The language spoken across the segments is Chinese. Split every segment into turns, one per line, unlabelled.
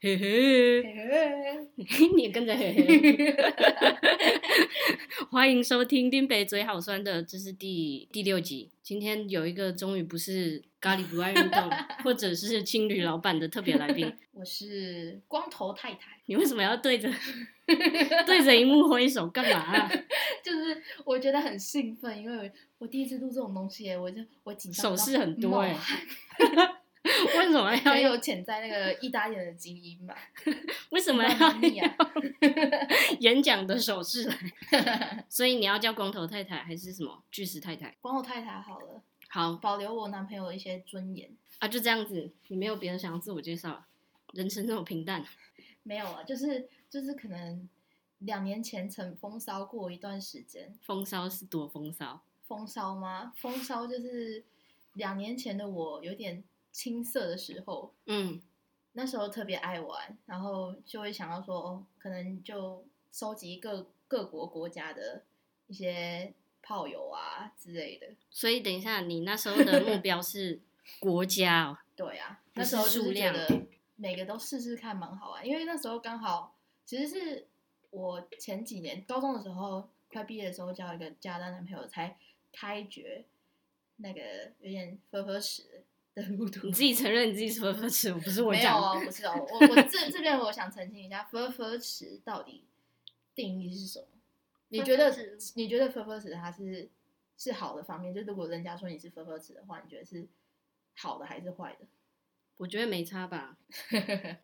嘿嘿，
嘿嘿
你也跟着嘿嘿。 欢迎收听《丁北嘴好酸的》，这是第第六集。今天有一个终于不是咖喱不爱运动，或者是青旅老板的特别来 宾。
我是光头太太，
你为什么要对 着对着荧幕挥手干嘛啊、
就是我觉得很兴奋，因为我第一次录这种东西耶，我就我紧张
手
到
势很多
冒
哎、
汗
为什么
很
要
有潜在那个意大利人的基因吧？
为什么
妈咪
要
呀
演讲的手势来？所以你要叫光头太太还是什么巨石太太？
光头太太好了，
好
保留我男朋友的一些尊严。
啊，就这样子，你没有别的想要自我介绍啊？人生这么平淡，
没有啊，就是就是可能两年前曾风骚过一段时间，
风骚是多风骚，
风骚吗？风骚就是两年前的我有点青涩的时候，
嗯，
那时候特别爱玩，然后就会想要说，哦，可能就收集各各国国家的一些炮友啊之类的。
所以等一下，你那时候的目标是国家哦，
对啊，
不
那
是
时候就
数
是觉
量
得每个都试试看，蛮好玩。因为那时候刚好其实是我前几年高中的时候，快毕业的时候交一个加拿大男朋友，才开觉那个有点分分屎的路途
你。自己承认你自己是分吃，我不是我
没有
讲的，
哦，不是哦，我我这这边我想澄清一下，分分池到底定义是什么？你觉得
furfur 池
你觉得分分池它是是好的方面？就如果人家说你是分分池的话，你觉得是好的还是坏的？
我觉得没差 吧？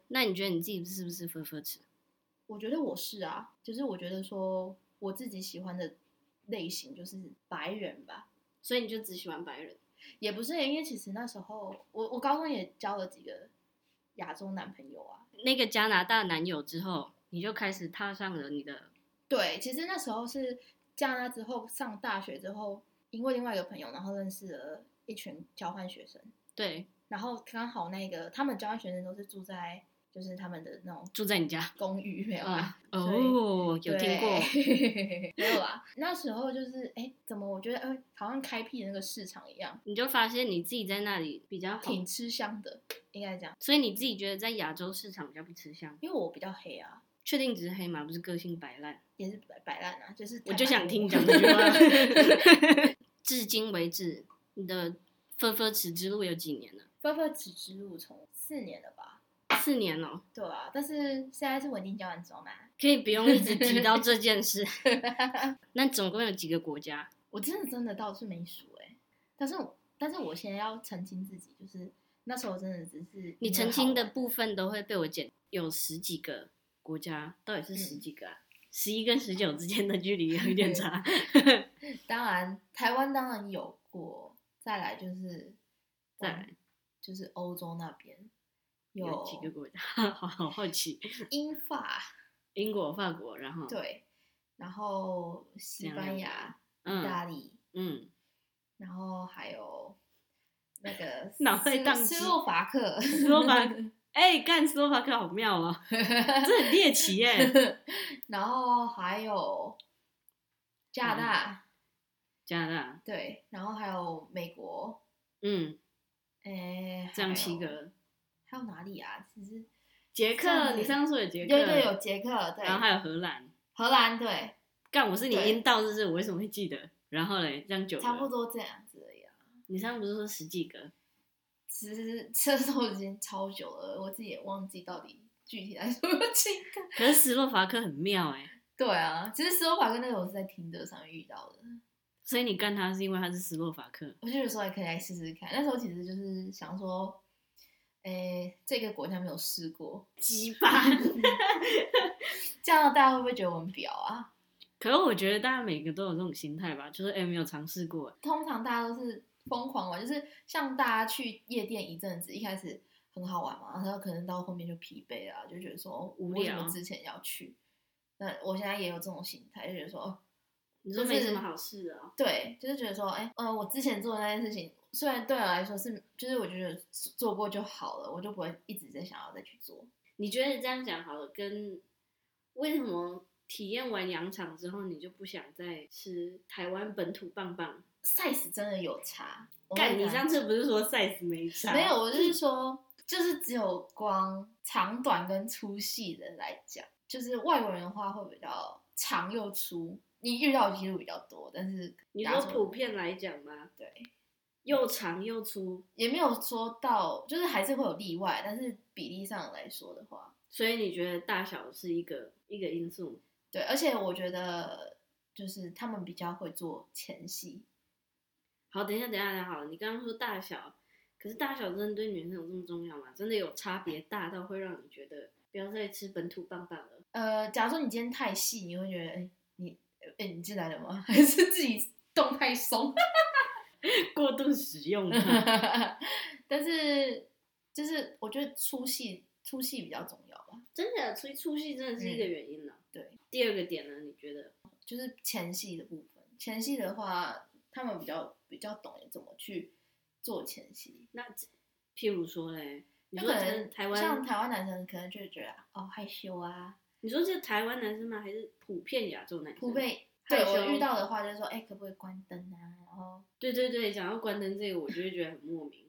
那你觉得你自己是不是分分吃？
我觉得我是啊，就是我觉得说我自己喜欢的类型就是白人吧，
所以你就只喜欢白人？
也不是因为其实那时候我我高中也交了几个亚洲男朋友啊，
那个加拿大男友之后，你就开始踏上了你的
对，其实那时候是加拿大之后上大学之后，因为另外一个朋友，然后认识了一群交换学生，
对，
然后刚好那个他们交换学生都是住在就是他们的那种
住在你家
公寓没有啊？
啊？哦，有听过？
对没有啊？那时候就是哎，怎么我觉得哎，好像开辟那个市场一样，
你就发现你自己在那里比较好，
挺吃香的，应该讲，
所以你自己觉得在亚洲市场比较不吃香？
因为我比较黑啊。
确定只是黑马，不是个性摆烂。
也是摆摆烂啊，就是
我
太
就
白
想
目
听
了
讲这句话。至今为止，你的分分池之路有几年了？
分分只之路从四年了吧？
四年了，
对啊，但是现在是稳定交往中啊嘛、
可以不用一直提到这件 事。那总共有几个国家？
我真的真的倒是没数哎、但是我但是我现在要澄清自己，就是那时候真的只是
你澄清的
因为好玩啊
部分都会被我剪，有十几个国家，到底是十
嗯
几个啊？十一跟十九之间的距离有一点差。
当然台湾当然有过，再来就是
再来
就是欧洲那边
有
有
几个国家？ 好好好奇，
英法
英国、法国，然后
对，然后西
两
班
个
牙、意
嗯
大利，
嗯，
然后还有那个
脑袋
斯
宕
斯
机
洛伐克，
斯洛伐克，哎、干斯洛伐克好妙哦， 这很猎奇耶、
然后还有加拿
嗯
大，
加拿大，
对，然后还有美国，
啊嗯，
哎、
这样
还
七
有
个，了。
还有哪里啊？其实
捷
这样
克，
子
你上次说有捷
对
克，
对，有捷克，对，
然后还有荷兰，
荷兰，对，
干我是你
对
阴道，是不是？我为什么会记得？然后嘞，这样久了，
差不。多这样子而已啊。
你上次不是说十几个？
其实这都已经超久了，我自己也忘记到底具体来说几个。
可是斯洛伐克很妙哎、
对啊，其实斯洛伐克那个我是在听的上面遇到的，
所以你干他是因为他是斯洛伐克，
我就有时候也可以来试试看。那时候其实就是想说，哎、这个国家没有试过，
鸡巴。
这样大家会不会觉得我们婊啊？
可是我觉得大家每个都有这种心态吧，就是哎、没有尝试过，
通常大家都是疯狂玩，就是像大家去夜店一阵子，一开始很好玩嘛，然后可能到后面就疲惫了，就觉得说哦
无
为什
聊
么之前要去？那我现在也有这种心态，就觉得说，哦
你说
就是
没什么好事的、哦。
对，就是觉得说，哎、嗯、我之前做的那件事情，虽然对我来说是，就是我觉得做过就好了，我就不会一直在想要再去做。
你觉得这样讲好了，跟为什么体验完羊场之后，你就不想再吃台湾本土棒棒？
size 真的有差，我
干，
会
你
这样
上次不是说 size 没
讲
差？
没有，，我就是说，就是只有光长短跟粗细的来讲，就是外国人的话会比较长又粗，你遇到的几率比较多，但是
你
亚
说
洲
普遍来讲吧，
对
又长又粗，
也没有说到，就是还是会有例外，但是比例上来说的话，
所以你觉得大小是一个一个因素？
对，而且我觉得就是他们比较会做前戏，
好，等一下，等一下，等一下好，你刚刚说大小，可是大小真的对女生有这么重要吗？真的有差别大到会让你觉得不要再吃本土棒棒了？
呃，假如说你今天太细，你会觉得，哎、你，哎、你进来了吗？ 还是自己动太松？
过度使用它
但是，就是我觉得粗细，粗细比较重要吧。
真的，所以粗细真的是一个原因呢、
嗯对，
第二个点呢，你觉得？
就是前戏的部分，前戏的话，他们比较比较懂得怎么去做前戏。
那譬如说嘞，你
就
说
可
真的
能
台
像
湾，
台湾男生可能就会觉得哦害羞啊，
你说是台湾男生吗？还是普遍亚洲男生？
不被
害
对
羞
我遇到的话就是说哎、可不可以关灯啊，然后
对对对，讲到关灯这个，我就会觉得很莫 名。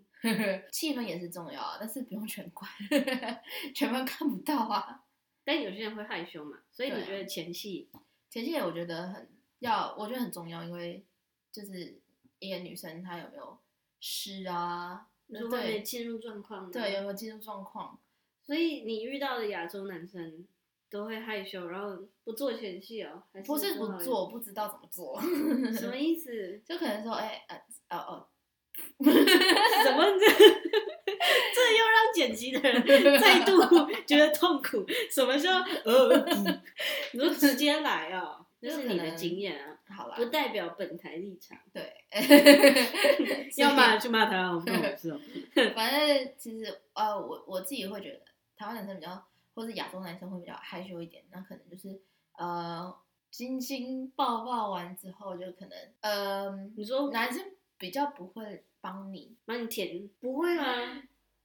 气氛也是重要啊，但是不用全关， 全班看不到啊。
但有些人会害羞嘛，所以你
对啊
觉得前戏
前期我觉得很要，我觉得很重要，因为就是一个女生她有没有湿啊，
就是外面
对
进入状况吗
对，有没有进入状况，
所以你遇到的亚洲男生都会害羞，然后不做前戏哦，还是
不是不
好意思？
做，不知道怎么做，？
什么意思
就可能说哎、呃哦哦，
什么？这 这又让剪辑的 人 再度觉得痛苦。什么叫呃？不你说直接来 哦，那是你的经验啊，
好啦
不，代表本台立 场。
对，
要骂就骂他，我不懂事哦。
反正其实呃，我我自己会觉得台湾男生比较，或是亚洲男生会比较害羞一点，那可能就是呃，亲亲抱抱完之后，就可能嗯、
你说
男生比较不会帮你。
把你舔，不会吗？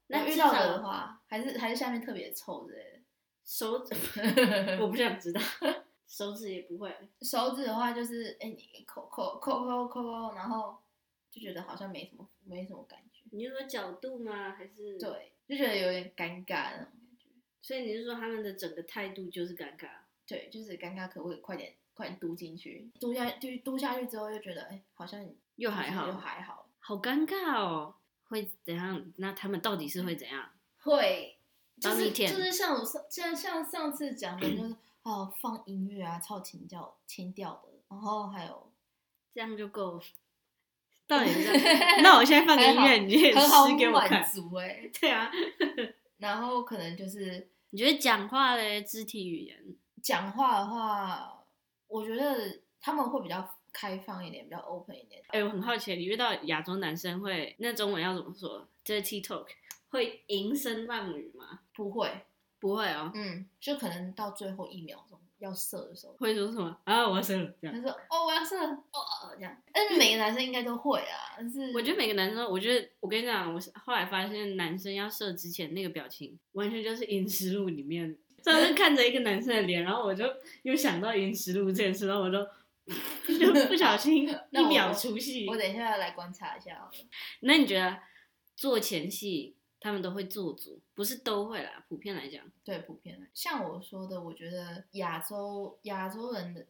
那
那
遇
至
到的
少
话，还是还是下面特别臭之类
手指， 我
的。
不想知道， 手指也不会。
手指的话就是，哎、你抠抠抠抠抠抠，然后就觉得好像没什么没什么感觉，
你是说角度吗？还是？
对，就觉得有点尴尬那种感觉。
所以你是说他们的整个态度就是尴尬？
对，就是尴尬，可不可以快点快点嘟进去？嘟下嘟嘟下去之后，又觉得哎、好像
又
就是
还好
又还好。
好尴尬哦，会怎样？那他们到底是会怎样？
会，就
帮你
是就
舔
是像我上像像上次讲的，就是哦放音乐啊，超情调情调的，然后还有
这样就够？到底是这 样？那我现在放个音乐，
还好
你也
很好
吃给我
满
看。
足哎、欸，
对啊，
然后可能就是
你觉得讲话嘞，肢体语言，
讲话的话，我觉得他们会比较开放一点，比较 open 一点。
哎、我很好奇，你遇到亚洲男生会那中文要怎么说？dirty talk 会淫声浪语吗？
不会，
不会哦，
嗯，就可能到最后一秒钟要射的时候，
会说什么啊？我要生了这样
他。说：“哦，我要射，哦，这样。”但是每个男生应该都会啊，但是
嗯我觉得每个男生，我觉得我跟你讲，我是后来发现男生要射之前那个表情，完全就是《阴尸路》里 面，上次看着一个男生的脸，然后我就又想到《阴尸路》这件事，然后我就 就不小心
那
一
我
秒出戏
我。等一下来观察一下好了。
那你觉得做前戏他们都会做足，不是都会啦？普遍来讲，
对，普遍来像我说的，我觉得亚洲亚洲人的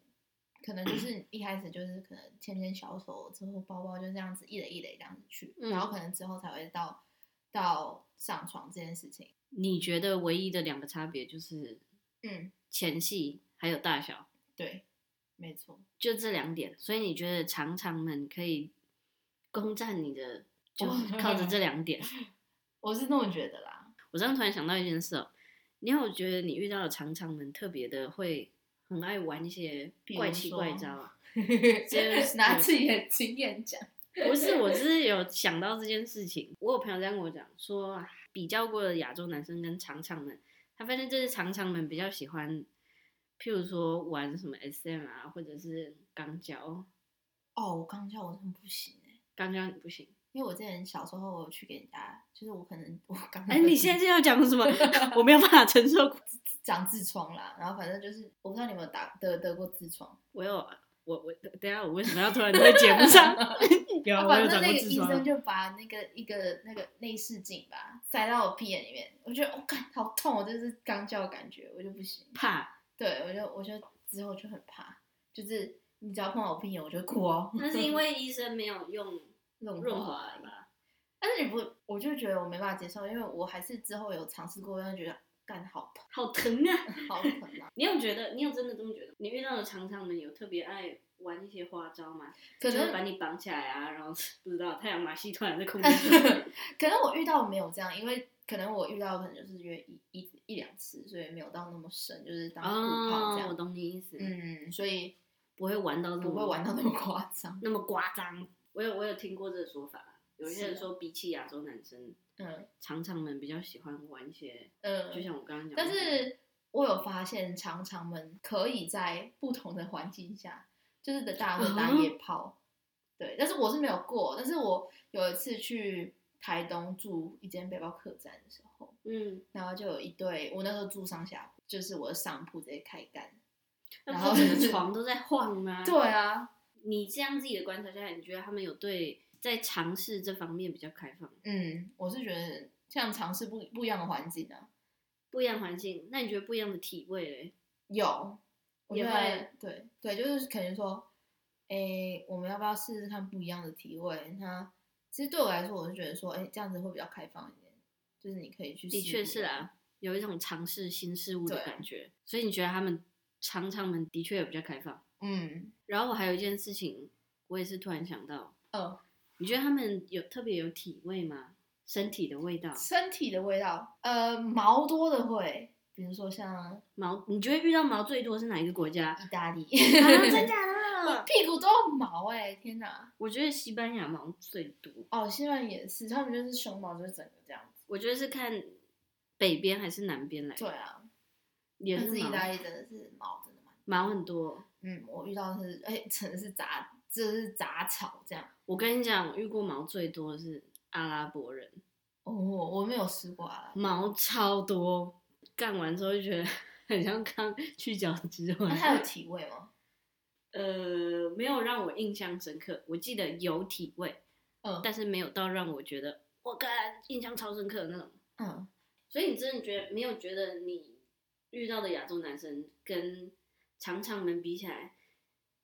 可能就是一开始就是可能牵牵小手，之后包包就这样子一垒一垒这样子去，
嗯
然后可能之后才会到到上床这件事情。
你觉得唯一的两个差别就是
嗯，
前戏还有大小，
对，没错。
就这两点。所以你觉得常常们可以攻占你的，就
哇
靠着这两点。
我是这么觉得 啦。
我刚刚突然想到一件事哦，你有觉得你遇到的常常们特别的会很爱玩一些
比如
怪奇怪招啊？ 是
拿自己的经验讲，
不是，我是有想到这件事情。我有朋友这样跟我讲说，啊比较过的亚洲男生跟常常们，他发现这些常常们比较喜欢，譬如说玩什么 SM 啊，或者是肛交，
哦，我刚叫我真的不行哎、
肛交你不 行。
因为我之前小时候我有去给人家，就是我可能我刚
哎、你现在是要讲什么？ 我没有办法承受。
长痔疮啦，然后反正就是我不知道你有没有打得得过痔疮，
我有啊我我等一下我为什么要突然在节目 上 有啊
啊
我有
反正
长
那
过
个
痔
医
疮
生
啊，
就把那个一个那个内视镜吧塞到我屁眼里面，我觉得我感、干好痛，我这是刚叫的感觉，我就不行。
怕，
对，我就我就之后就很怕，就是你只要碰到我屁眼，我就哭哦，
那是因为医生没有用
润
嗯润
滑
滑
而已
吧？
但是你不，我就觉得我没办法接受，因为我还是之后有尝试过，但是觉得干好痛，
好疼啊！
好疼啊！
你有觉得，你有真的这么觉得？你遇到的常常们有特别爱玩一些花招吗？
可
就是
能
把你绑起来啊，然后 不知道太阳马戏团在空中转
可能我遇到没有这样，因为可能我遇到的可能就是约一一一两次，所以没有到那么深，就是 当
啊
鼓炮这
我
样。
懂你意思，
嗯，所以
不会玩到那么
不会玩到那么夸张。
那么夸张。我有我有听过这个说法，有些人
是啊
说比起亚洲男生，
嗯
常常们比较喜欢玩一些，
嗯，
就像我刚刚讲的，
但是我有发现，常常们可以在不同的环境下，就是的大家会打
啊
野炮，对。但是我是没有过，但是我有一次去台东住一间背包客栈的时候，
嗯，
然后就有一对，我那时候住上下铺，就是我的上铺直接开干。
然
然
后
后
整 个床都在晃啊。
对，啊，
你这样自己的观察下来，你觉得他们有对在尝试这方面比较开放，
嗯，我是觉得像尝试不不一样的环境啊，
不一样环境？那你觉得不一样的体味嘞？
有，我
也
觉
会
得对对，就是可能说，诶，我们要不要试试看不一样的体位？那其实对我来说，我是觉得说，诶，这样子会比较开放一点，就是你可以去试
的
不一
确
样。
是啊，有一种尝试新事物的
对
感觉。所以你觉得他们常常们的确有比较开放。
嗯，
然后我还有一件事情，我也是突然想到，
哦，
你觉得他们有特别有体味吗？身体的味道，
身体的味道，呃，毛多的会，比如说像
毛，你觉得遇到毛最多是哪一个国 家？
意大利，
啊真假的？
屁股都有毛哎、天哪！
我觉得西班牙毛最多，
哦，西班牙也是，他们就是胸毛就是整个这样子。
我觉得是看北边还是南边来的，
对啊，
也
但
是
是意
毛
大利真的是毛真的蛮。
毛很多。
嗯，我遇到的是，哎、真的是杂，就是杂草这样。
我跟你讲，我遇过毛最多的是阿拉伯人，
哦，我没有试过啊。
毛超多，干完之后就觉得 很像刚去角质
那
完。
它有体味吗？
呃，没有让我印象深刻，我记得有体味，
嗯
但是没有到让我觉得我干印象超深刻的那种。
嗯，
所以你真的觉得没有觉得你遇到的亚洲男生跟常常们比起来，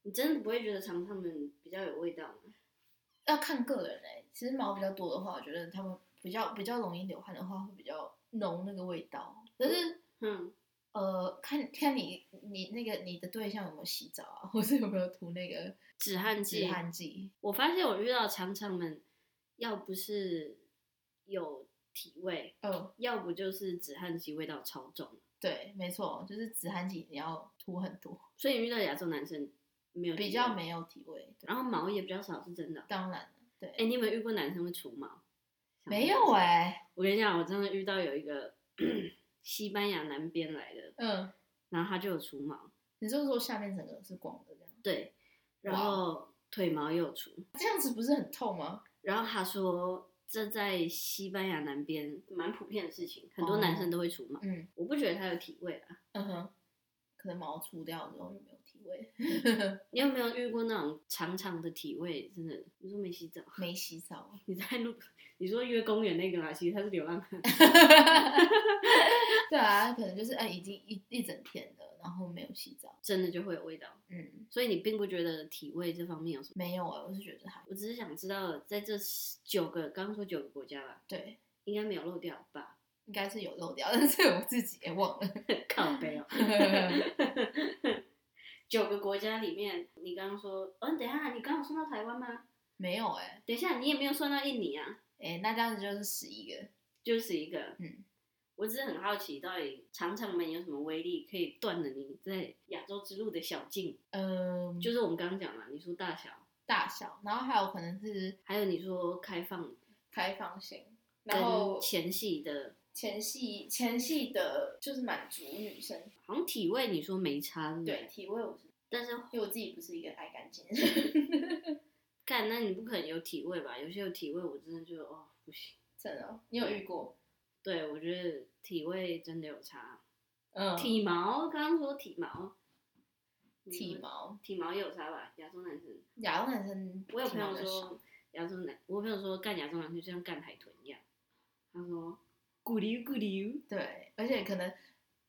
你真的不会觉得常常们比较有味道吗？
要看个人哎、其实毛比较多的话，我觉得他们比较比较容易流汗的话，会比较浓那个味道。但是
嗯，
呃，看看你你那个你的对象有没有洗澡啊， 或是有没有涂那个
止汗剂
止。汗剂。
我发现我遇到常常们，要不是有体味，
哦，
要不就是止汗剂味道超重，
对，没错，就是止汗剂你要涂很多，
所以你遇到亚洲男生没有体味
比较，没有体味。对
然后毛也比较少，是真的。
当然了，
哎、
对，
你有没有遇过男生会除毛？
没有
哎、
哎、
我跟你讲，我真的遇到有一个 西班牙南边来的，
嗯，
然后他就有除毛，
你就是说下面整个是光的这样，
对，然
哇哦
后腿毛也有除，
这样子不是很痛吗？
然后他说这在西班牙南边蛮普遍的事情，很多男生都会除毛。
嗯
我不觉得他有体味啊。
嗯哼，可能毛除掉之后就没有体味，
你有没有遇过那种长长的体味？真的，你说没洗澡，
没洗澡。
你在路， 你说约公园那个啦，其实他是流浪汉。
对啊，可能就是哎、已经一一整天了，然后没有洗澡。
真的就会有味道，
嗯，
所以你并不觉得体味这方面有什么。
没有哎、我是觉得还
我只是想知道，在这十九个刚刚说九个国家吧，
对，
应该没有漏掉吧？
应该是有漏掉，但 是我自己也忘了。
靠背
嗯
哦。 九个国家里面，你刚刚说，嗯、等一下，你刚刚有算到台湾吗？
没有哎、
等一下，你也没有算到印尼啊，
哎、那这样子就是十一个。
就是一个。
嗯，
我只是很好奇，到底长城门有什么威力可以断了你在亚洲之路的小径？
嗯，
就
就是
我们刚刚讲嘛，你说大小，
大小，然后还有可能是
还有你说开放
开放性，然
跟
后
前戏的，
前戏前戏的就是满足女生
好像体位你说没差，不
对，体味，我是
但是
因为我自己不是一个爱干净的人，
干，那你不可能有体位吧？有些有体位，我真的就哦不行。
真的哦、你有
嗯
遇过？
对，我觉得体位真的有差。
嗯
体毛，刚刚说体毛，
体毛，
体毛也有差吧？亚洲男生，
亚洲男生
我有
体
朋
毛
友
比较少，
说亚洲男，我朋友说干亚洲男生就像干海豚一样，他说咕溜咕溜，
对，而且可能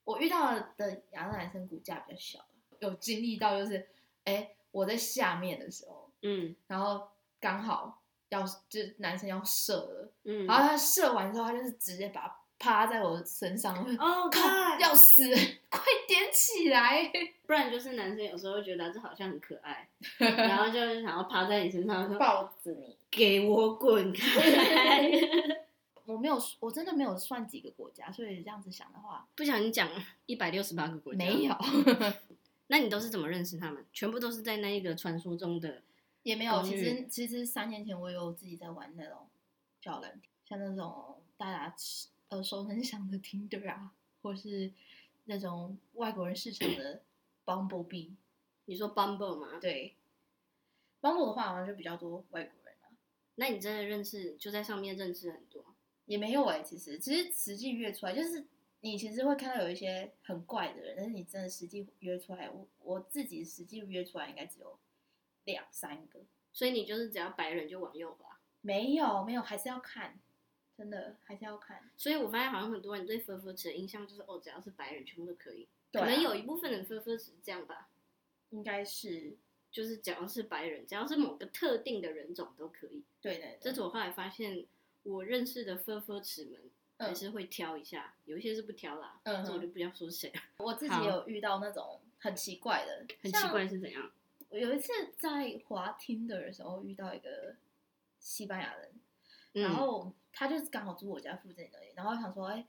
我遇到的亚洲男生骨架比较小，有经历到就是，哎，我在下面的时候，
嗯
然后刚好要就是男生要射了，
嗯，
然后他射完之后，他就是直接把它趴在我身上，我就
哦，
靠，
看，
要死了，快点起来！
不然就是男生有时候会觉得这好像很可爱， 然后就是想要趴在你身上说
抱着你。
给我滚开，
我没有，我真的没有算几个国家，所以这样子想的话，
不小心讲一百六十八个国家，
没有，
那你都是怎么认识他们？全部都是在那一个传说中的，
也没有。
公
其
寓
实其实三年前我有自己在玩那种小人，像那种大家吃耳熟能详的 Tinder 啊，或是那种外国人市场的 Bumblebee。
你说 Bumble 吗？
对，Bumble 的话好像就比较多外国人啊，
那你真的认识就在上面认识很多，
也没有哎、其实其实实际约出来就是。你其实会看到有一些很怪的人，但是你真的实际约出来，我我自己实际约出来应该只有两三个，
所以你就是只要白人就往右滑。
没有，没有，还是要看，真的还是要看。
所以我发现好像很多人对 f u r f u 的印象就是哦，只要是白人全部都可以，
对啊
可能有一部分人 f u r f u 这样吧，
应该是
就是只要是白人，只要是某个特定的人种都可以。
对的，
这种我后来发现，我认识的 f u r f u 们还
嗯
是会挑一下，有一些是不挑啦，
嗯哼
这我就不要说谁了。
我自己有遇到那种很奇怪的，
很奇
像
怪是怎样？
我有一次在滑听的时候遇到一个西班牙人，
嗯
然后他就是刚好住我家附近而已，然后我想说，哎、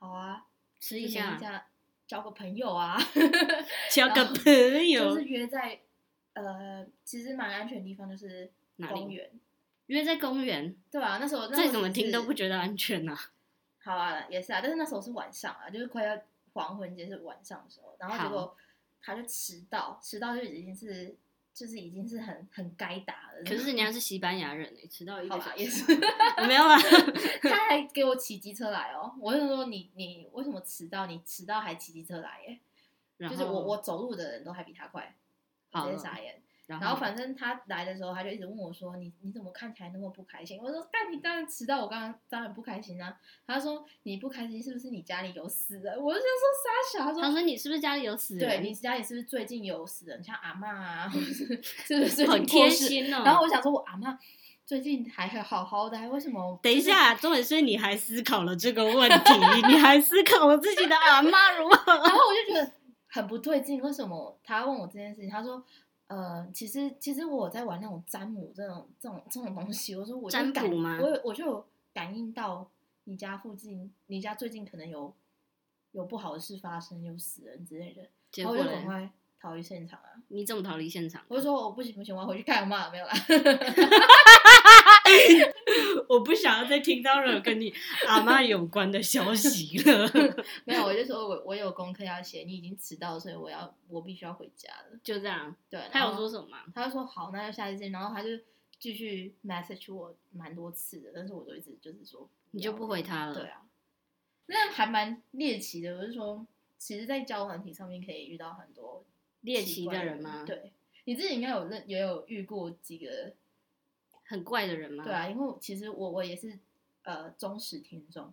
好啊，
吃一
就连
下
一，下交个朋 友啊，
交个
然后
朋友，
就是约在呃，其实蛮安全的地方，就是
哪里
公园。
约在公园，
对啊，那时候那时候
再怎么
其实
听都不觉得安全呐、
好啊，也是啊，但是那时候是晚上啊，就是快要黄昏，接是晚上的时候，然后结果他就迟到，迟到就已经是就是已经是很很该打了。
可是人家是西班牙人欸迟到一
好
个
吧
小
也
时
是，
没有 啦。
他还给我骑机车来哦，我就说你你为什么迟到？你迟到还骑机车来耶？
然
就
后
是我我走路的人都还比他快，我直
好
接傻眼。
然
然后反正他来的时候，他就一直问我说：“你你怎么看起来那么不开心？”我说：“但你当然迟到，我刚刚当然不开心啊。”他说：“你不开心是不是你家里有死人？”我就想说傻小，他说：“
他说你是不是家里有死
对
人？
你家里是不是最近有死人，像阿嬷啊，或者是 是不是最近
好
过
贴
世？
心哦。
然后我想说，我阿嬷最近还好好的，为什么？
等一，下，重点是你还思考了这个问 题，你还思考了自己的阿妈如何？
然后我就觉得很不对劲，为什么他问我这件事情？他说。呃，其实其实我在玩那种占卜这种这种这种东西，我说我就
占
感
卜吗
我有我就有感应到你家附近，你家最近可能有有不好的事发生，有死人之类的，
结
然
果
后我就赶
呢？
快逃离现场啊！
你怎么逃离现场？
我就说我不行不行，我要回去看我妈没有啦。
我不想要再听到任何跟 你阿妈有关的消息了。
没有，我就说我我有功课要写，你已经迟到了，所以我要我必须要回家了。
就这样，
对，啊
他
然
有
后
说什么吗？
他就说好，那就下次见。然后他就继续 message 我蛮多次的，但是我都一直就是说
你就
要
不回他了
对啊，那还蛮猎奇的。我是说，其实，在交友软体上面可以遇到很多
猎
奇
奇
怪
的
的
人吗？，
对，你自己应该有认也有遇过几个
很怪的人吗？
对。啊，因为其实我我也是呃忠实听众，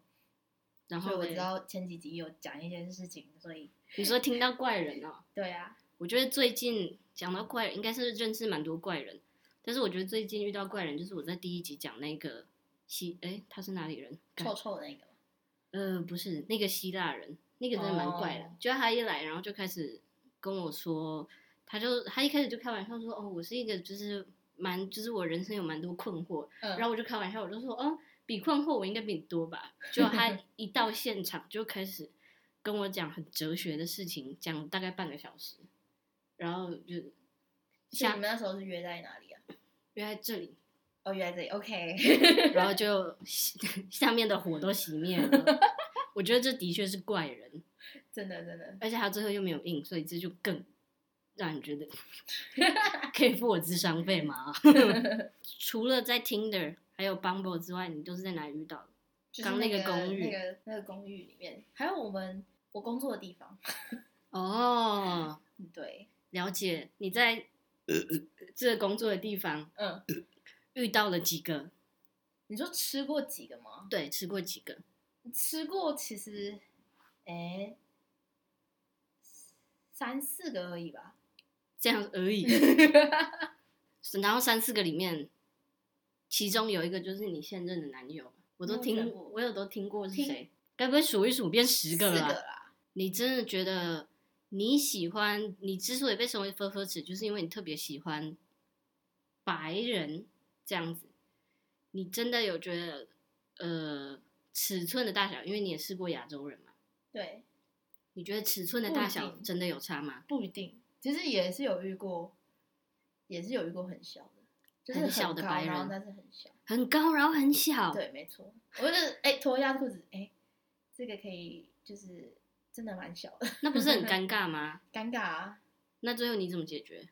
然
所以
后
我
嘞
知道前几集有讲一些事情，所以
你说听到怪人哦、
对啊，
我觉得最近讲到怪人，应该是认识蛮多怪人，但是我觉得最近遇到怪人，就是我在第一集讲那个希，哎、他是哪里人？
臭臭的那个嘛。
呃，不是那个希腊人，那个真的蛮怪的。
哦
就他一来，然后就开始跟我说，他就他一开始就开玩笑说，哦，我是一个就是蛮就是我人生有蛮多困惑，
嗯
然后我就开玩笑，我就说，哦，比困惑我应该比你多吧。就他一到现场就开始跟我讲很哲学的事情，讲大概半个小时，然后就
所以你
下
们那时候是约在哪里啊？
约在这里，
哦，约在这里，OK。
然后就 下面的火都熄灭了。 我觉得这的确是怪人，
真的真的，
而且他最后又没有应，所以这就更让人觉得 可以付我智商费吗？ 除了在 Tinder 还有 Bumble 之外，你都是在哪里遇到的？
就是
刚那
个
个公寓
那个那个公寓里面，还有我们我工作的地方，
哦，
对，
了解你在这个工作的地方
嗯，
遇到了几个，
你说吃过几个吗？
对，吃过几个，
吃过其实，哎、三四个而已吧。
这样而 已。然后三四个里面，其中有一个就是你现任的男友，我都
没有
听
见，过
我有都听过是
听
谁？该不会数一数变十个
四
了
个
吧？
啦，
你真的觉得你喜欢，你之所以被称为 f u r f u r 就是因为你特别喜欢白人这样子。你真的有觉得，呃，尺寸的大小，因为你也试过亚洲人嘛，
对，
你觉得尺寸的
不
大
一
小
定
真的有差吗？
不一定。其实也是有遇过，也是有遇过很小的，就是
很小的
高
白
然后
人
但是很小。
很高，然后很小，
对，没错。我就是哎、脱下裤子，哎、这个可以，就是真的蛮小的，
那不是很尴尬吗？
尴尬啊。
那最后你怎么解决？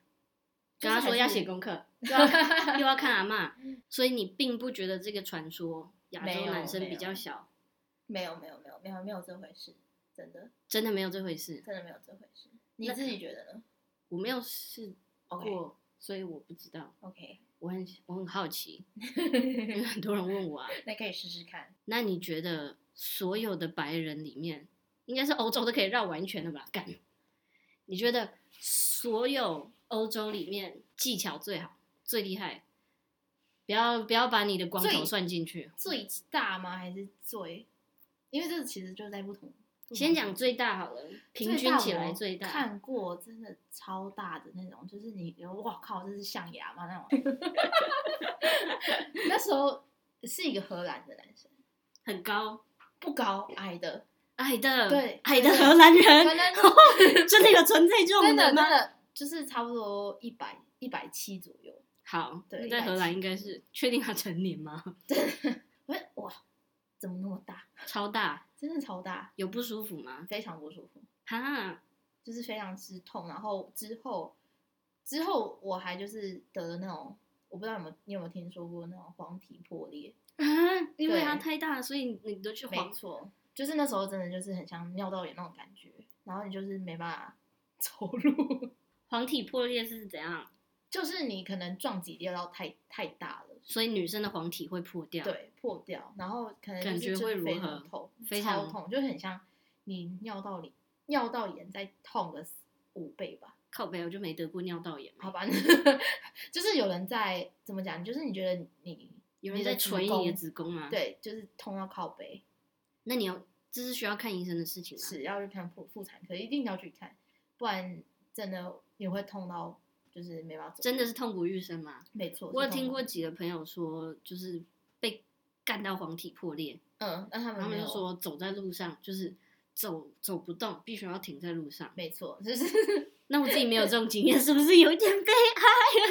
就
跟
是
他说
还
要
是
写功 课，又要看又要看阿嬷，所以你并不觉得这个传说亚
没
洲
有
男生
没
比
有
较小，
没有没有没有没有没有这回事，真的
真的没有这回事。
真的没有这回事。你
那
自己觉得呢
我没有试过
OK
所以我不知道。
？OK，
我很我很好奇， 因为很多人问我啊。
那可以试试看。
那你觉得所有的白人里面，应该是欧洲都可以绕完全的吧？干，你觉得所有欧洲里面技巧最好、最厉害，不要不要把你的光头
最
算进去。
最大吗？还是最？因为这其实就在不同。不同
先讲
地
最大好了，平均起来最
大我
大。
看过真的超大的那种，就是你哇靠，这是象牙吗？那种。 那时候是一个荷兰的男生，
很高，
不高矮 的，
矮的，
对
矮的
对
荷兰
可
人，
能
真的有存在这种
真的
人
真
吗？
的就是差不多一百一百七左右。
好，
对
那
一
在
百
荷兰
七
应该是确定他成年吗？
我说哇，怎么那么大？
超大，
真的超大，
有不舒服吗？
非常不舒服。
哈，啊
就是非常之痛。然后之后之后我还就是得了那种，我不知道有没有你有没有听说过那种黄体破裂？
啊，因为
对
它太大，所以你都去
没
黄。
错，就是那时候真的就是很像尿道炎那种感觉，然后你就是没办法 走路，
黄体破裂是怎样？
就是你可能撞击力到太太大了。
所以女生的黄体会破掉。，
对，破掉，然后可能
感
就是
觉
真
会如
的非
何
常痛，
非
超
常
痛，就很像你尿道里尿道炎再痛个五倍吧。
靠背我就没得过尿道炎。
好吧， 就是有人在怎么讲，就是你觉得你
有人
你的
在
子
捶你的
宫
子宫吗？，
对，就是痛到靠背，
那你要这是需要看医生的事情吗？
是要去看妇妇产科，一定要去看，不然真的你会痛到就是没办法走。
真的是痛不欲生吗？
没错，
我有
是痛
听
到
过，几个朋友说，就是被干到黄体破裂，
嗯，那他们
他们
没
就
有，
说走在路上就是走走不动，必须要停在路上。
没错，就是
那我自己没有这种经验，是不是有一点悲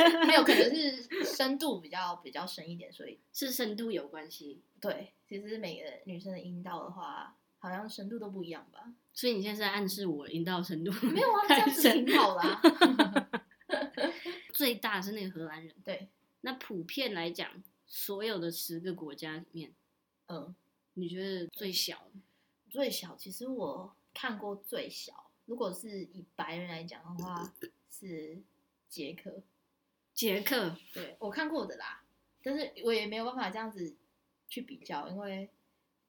哀？
没有，可能是深度比较比较深一点，所以
是深度有关系，
对，其实每个女生的阴道的话，好像深度都不一样吧？
所以你现在在暗示我阴道深度
没有啊，这
太
样子
深。
挺好啊啦、
最大是那个荷兰人。
对，
那普遍来讲，所有的十个国家里面，
嗯，
你觉得最小的
最小其实我看过最小，如果是以白人来讲的话，是捷克。
捷克
对我看过的啦，但是我也没有办法这样子去比较，因为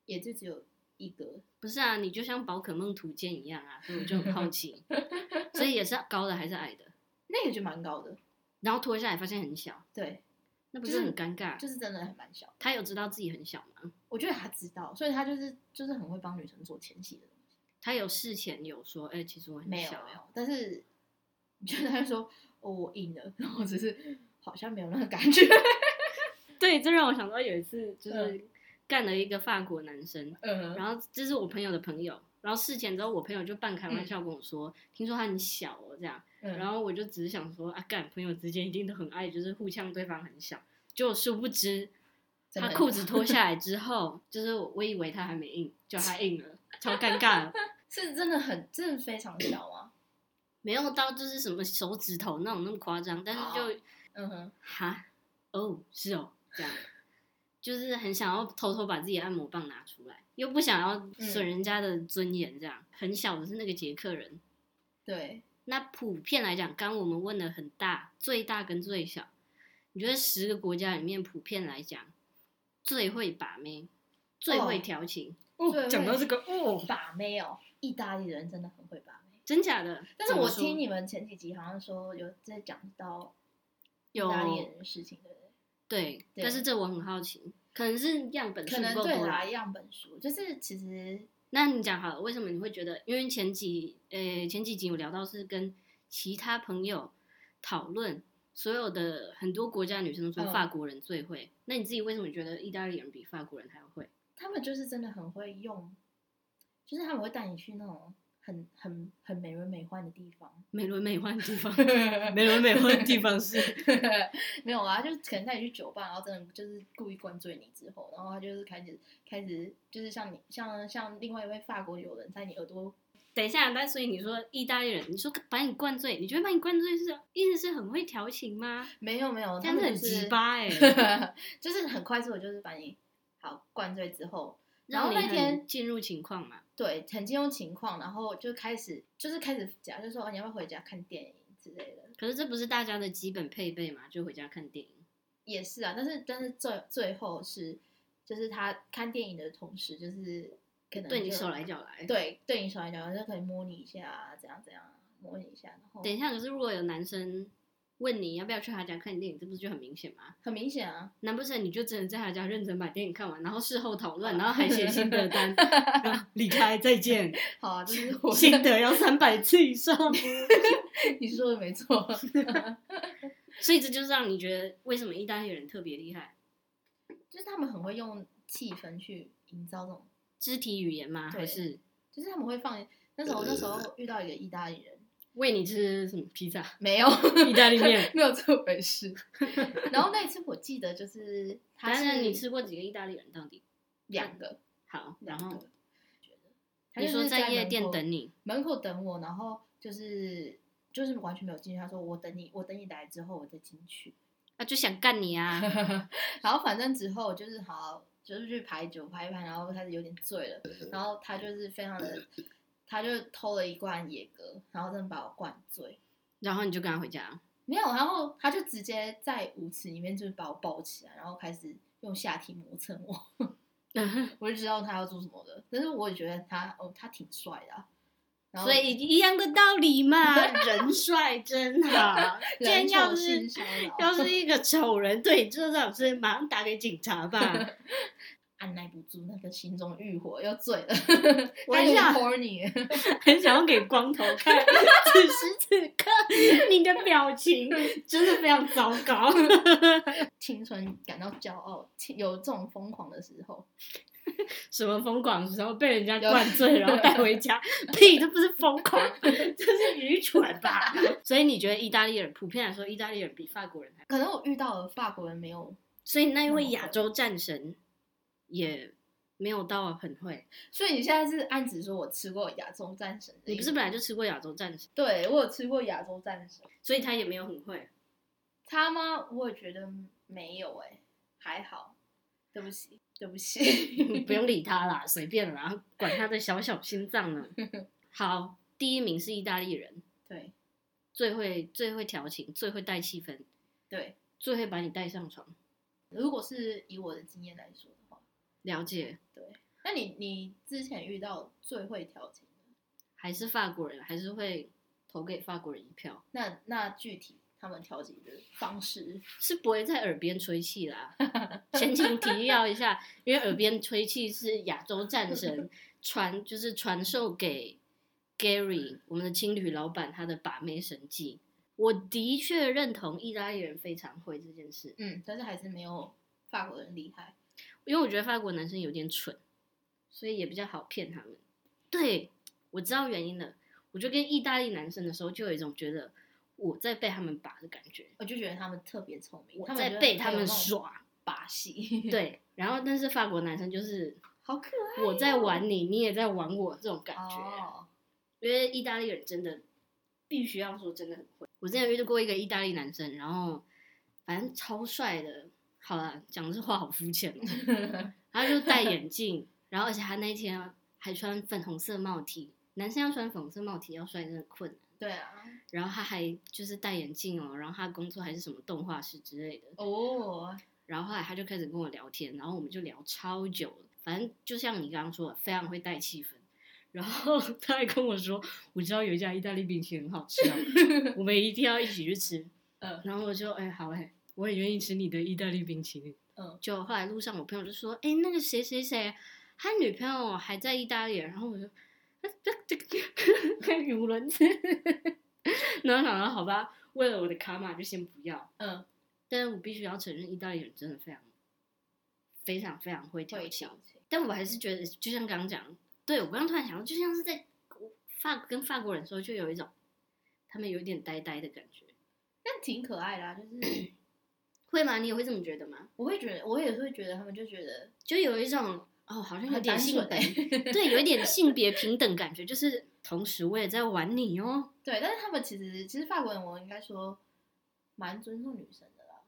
也就只有一个。
不是啊？你就像宝可梦图鉴一样啊，所以我就很好 奇。所以也是高的还是矮的？
那个就蛮高的，
然后脱下来发现很小，
对，
那不
就是是
很尴尬？
就是真的很蛮小。
他有知道自己很小吗？
我觉得他知道，所以他就是就是很会帮女生做前戏的东西。
他有事前有说，哎、其实我很
没有
小啊，
没有，但是你觉得他就说哦我硬了，然后只是好像没有那个感觉。
对，这让我想到有一次，就是
嗯
干了一个法国男生，
嗯，
然后这是我朋友的朋友，然后事前之后，我朋友就半开
嗯
玩笑跟我说，听说他很小哦，这样，然
后
后我就只是想说，啊，干朋友之间一定都很爱，就是互呛对方很小，就殊不知
真
他
的
裤子 脱下来之后，就是我以为他还没硬，就他硬了，超尴尬的。
是真的很真的非常小啊。
没有到就是什么手指头那种那么夸张，但是就
哦嗯哼，
哈，哦，是哦，这样，就是很想要偷偷把自己的按摩棒拿出来，
嗯
又不想要损人家的尊严，这样。很小的是那个捷克人，
对，
那普遍来讲，刚我们问的很大，最大跟最小，你觉得十个国家里面，普遍来讲，最会把妹，最会
哦
调情，
对
哦，讲到
会
这个，哦，
把妹哦，意大利人真的很会把妹。
真假的？
但是
怎么
我
说
听你们前几集好像说有在讲到意
有
大利人的事情，对不对？
对，
对
但是这我很好奇，可能是样本数
可能
不够
对
多
啦，样本书就是其实
那你讲好了，为什么你会觉得？因为前几呃前几集有聊到是跟其他朋友讨论，所有的很多国家女生都说
嗯
法国人最会，那你自己为什么觉得意大利人比法国人还要会？
他们就是真的很会用，就是他们会带你去那种很很很美轮美奂的地方。
美轮美奂的地 方， 美轮美奂的地方是
没有啊，就是可能带你去酒吧，然后真的就是故意灌醉你之后，然后他就是开始开始就是像你像像另外一位法国友人在你耳朵，
等一下，但所以你说意大利人，你说把你灌醉，你觉得把你灌醉是意思是很会调情吗？
没有没有，
这
哦他
样
们
子很
就是
鸡巴 哎、
就是很快速的，就是把你好灌醉之后，然
让
后
你
那天
很进入情况嘛，
对，很进入情况，然后就开始就是开始讲，就说、哦、你要不要回家看电影之类的，
可是这不是大家的基本配备嘛，就回家看电影。
也是啊。但是但是最最后是，就是他看电影的同时，就是可能
对你
就
手来脚来。，
对对你手来讲，就可以摸你一下啊，怎样怎样啊，摸你一下，然后
等一下，可是如果有男生问你要不要去他家看电影，这不是就很明显吗？
很明显啊，
难不成你就只能在他家认真把电影看完，然后事后讨 论，然后还写心得单，然后离开再见，
好啊，这是 我
心得要三百次以 上。
你说的没错，
所以这就是让你觉得为什么意大利人特别厉害，
就是他们很会用气氛去营造这种
肢体语言吗？
对
还是
就是他们会放那时候那时候遇到一个意大利人，
喂你吃什么披萨、
没有
意大利面？
没有这回事。然后那一次我记得就是 他
当
是
然，你吃过几个意大利人到底？
两个，
好，然
两个
后
觉得他
你
就是
说在
在
夜
门
店
口
等你，
门口等我，然后就是就是完全没有进去。他说我等你，我等你来之后我再进去。
啊，就想干你啊！
然后反正之后就是好，就是去排酒排一排，然后开始有点醉了，然后他就是非常的，他就偷了一罐野格，然后真的把我灌醉。
然后你就跟他回家。
没有，然后他就直接在舞池里面就是把我抱起来，然后开始用下体磨蹭我， 我就知道他要做什么的。但是我也觉得他哦，他挺帅的啊、然后
所以一样的道理嘛， 人帅真 好。今
人
天要
丑
是
性骚扰，
要是一个丑人对你做这种事，马上打给警察 吧。
按耐不住那个心中欲火，又醉了，
我
他有
一
点
下
horny，
很想要给光头看，此时此刻你的表情真的非常糟糕。
青春感到骄傲，青有这种疯狂的时候，
什么疯狂的时候被人家
有
灌醉，然后带回 家？屁，这不是疯狂，这是愚蠢 吧？所以你觉得意大利人普遍来说，意大利人比法国人还……
可能我遇到了法国人没有，
所以那一位亚洲战神也没有到很会。
所以你现在是暗指说我吃过亚洲战神的
你
意思？
不是本来就吃过亚洲战神，
对我有吃过亚洲战神。
所以他也没有很会。
他吗？我也觉得没有哎、还好。对不起，对不起。
你 不用理他啦，随便啦，管他的小小心脏呢。 好，第一名是意大利人，
对
最会最会调情，最会带气氛，
对，
最会把你带上床。
如果是以我的经验来说的话，
了解，
那你你之前遇到最会调情的，
还是法国人，还是会投给法国人一票，
那那具体他们调情的方式，
是不会在耳边吹气啦。 前情提要一下，因为耳边吹气是亚洲战 神传，就是传授给 Gary 我们的青旅老板他的把妹神技。我的确认同意大利人非常会这件事，
嗯，但是还是没有法国人厉害。
因为我觉得法国男生有点蠢，所以也比较好骗他们。对，我知道原因了。我就跟意大利男生的时候，就有一种觉得我在被他们把的感觉，
我就觉得他们特别聪明，
我
们觉
在
得
被
很
他
有
们
那种
耍。
把戏，，
对，然后但是法国男生就是
好可爱哦、
我在玩你，你也在玩我这种感觉。
哦，
因为意大利人真的必须要说真的很会。我之前遇到过一个意大利男生，然后反正超帅的，好了，讲这话好肤浅哦。他就戴眼镜，然后而且他那一天还穿粉红色帽 T，男生要穿粉红色帽 T 要帅真的困难。
对啊，
然后他还就是戴眼镜哦，然后他工作还是什么动画师之类的。
哦，
然后后来他就开始跟我聊天，然后我们就聊超久了。反正就像你刚刚说的，非常会带气氛。然后 他还跟我说，我知道有一家意大利冰淇淋很好 吃、啊，我们一定要一起去吃。
嗯
然后我就哎、好哎、我也愿意吃你的意大利冰淇淋。
嗯，
就后来路上我朋友就说，哎、那个谁谁谁，他女朋友还在意大利，啊然后我就，这这 这开语无伦次。 然后想到好吧，为了我的卡玛就先不要。
嗯，
但是我必须要承认，意大利人真的非常、非常、非常会调
会
情
调。情，
但我还是觉得，就像刚刚讲，对我刚刚突然想到，就像是在法跟法国人的时候，就有一种他们有一点呆呆的感觉，
但挺可爱的啊，就是
会吗？你也会这么觉得吗？
我会觉得，我也是会觉得他们就觉得
就有一种哦，好像有
很
点
单
性
纯
别，
欸
对，有一点性别平等感觉，就是同时我也在玩你哦。
对，但是他们其实其实法国人，我应该说蛮尊重女生的啦，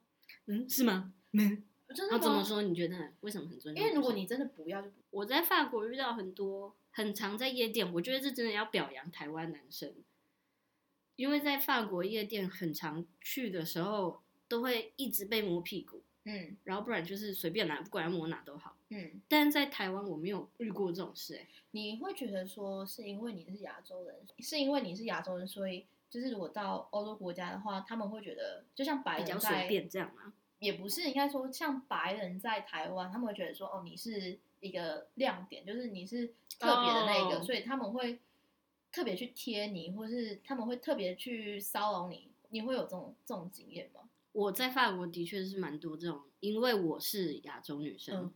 嗯，是吗？嗯，
真的
那
吗
怎么？说？你觉得为什么很尊重
因
女生？
为如果你真的不要就不
我在法国遇到很多很常在夜店，我觉得这真的要表扬台湾男生，因为在法国夜店很常去的时候，都会一直被摸屁股，
嗯
然后不然就是随便拿，不管要摸哪都好。
嗯，
但在台湾我没有遇过这种事、欸，
你会觉得说是因为你是亚洲人，是因为你是亚洲人，所以就是如果到欧洲国家的话，他们会觉得就像白
比较
人
随
在
便这样嘛。
也不是应该说像白人在台湾，他们会觉得说哦，你是一个亮点，就是你是特别的那个
哦
所以他们会特别去贴你，或是他们会特别去骚扰你。你会有这种这种经验吗？
我在法国的确是蛮多这种，因为我是亚洲女生，
嗯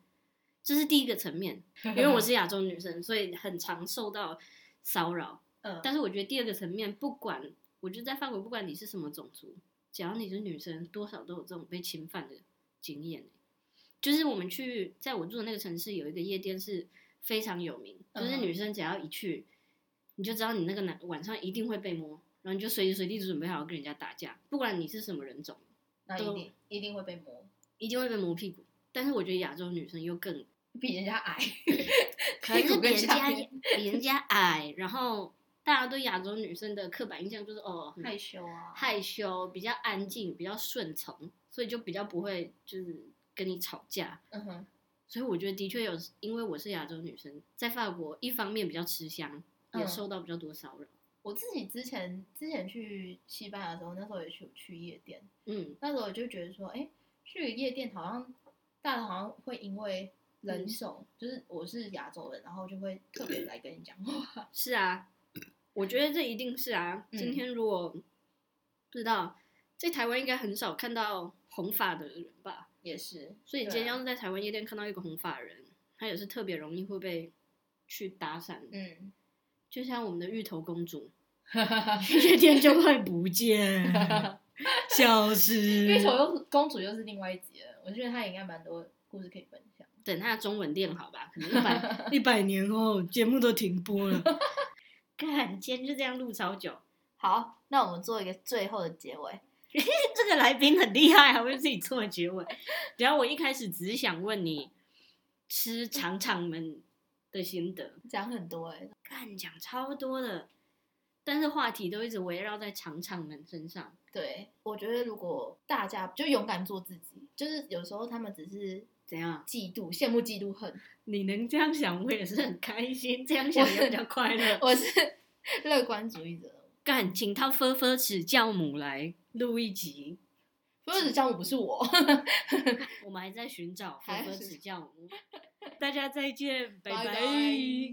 这是第一个层面， 因为我是亚洲女生，所以很常受到骚扰。
嗯，
但是我觉得第二个层面，不管我觉得在法国，不管你是什么种族，只要你是女生，多少都有这种被侵犯的经验欸。就是我们去，在我住的那个城市有一个夜店是非常有名，就是
嗯哼
女生只要一去，你就知道你那个男晚上一定会被摸，然后你就随时随地准备好跟人家打架，不管你是什么人种，
那一
都
定一定会被摸，
一定会被摸屁股。但是我觉得亚洲女生又 更
比人家矮，
可能
屁
是
股
比
跟
人
下
家
面
比人家矮，然后大家对亚洲女生的刻板印象就是哦，很
害羞啊，
害羞，比较安静，比较顺从，所以就比较不会就是跟你吵架。
嗯哼，
所以我觉得的确有，因为我是亚洲女生，在法国一方面比较吃香，也
嗯
受到比较多骚扰。
我自己之前之前去西班牙的时候，那时候也去去夜店，
嗯，
那时候我就觉得说，哎、去夜店好像大家好像会因为人种，就是我是亚洲人，然后就会特别来跟你讲话。
是啊，我觉得这一定是啊。
嗯
今天如果、不知道，在台湾应该很少看到红发的人吧？
也是，
所以你
对
今天
啊
要是在台湾夜店看到一个红发人，他也是特别容易会被去搭讪。
嗯，
就像我们的芋头公主，
因
夜店就会不见，消失
为丑又公主又是另外一集了，我觉得她也应该蛮多故事可以分享。
等他的中文练好吧，可能一百一百年后节目都停播了。看，今天就这样录超久。
好，那我们做一个最后的结尾。
这个来宾很厉害，还会自己做结尾。等下我一开始只是想问你吃肠肠们的心得，
讲很多哎、
看讲超多的，但是话题都一直围绕在肠肠们身上。
对，我觉得如果大家就勇敢做自己，就是有时候他们只是
怎样？
嫉妒、羡慕、嫉妒、恨，
你能这样想，我也是很开心。这样想也比较快乐。
我是 乐观主义者，
干，请他分分指教母来录一集。
不是教我不是我。
我们还在寻找
还
分分
是
指教母。大家再见，拜
拜
拜
拜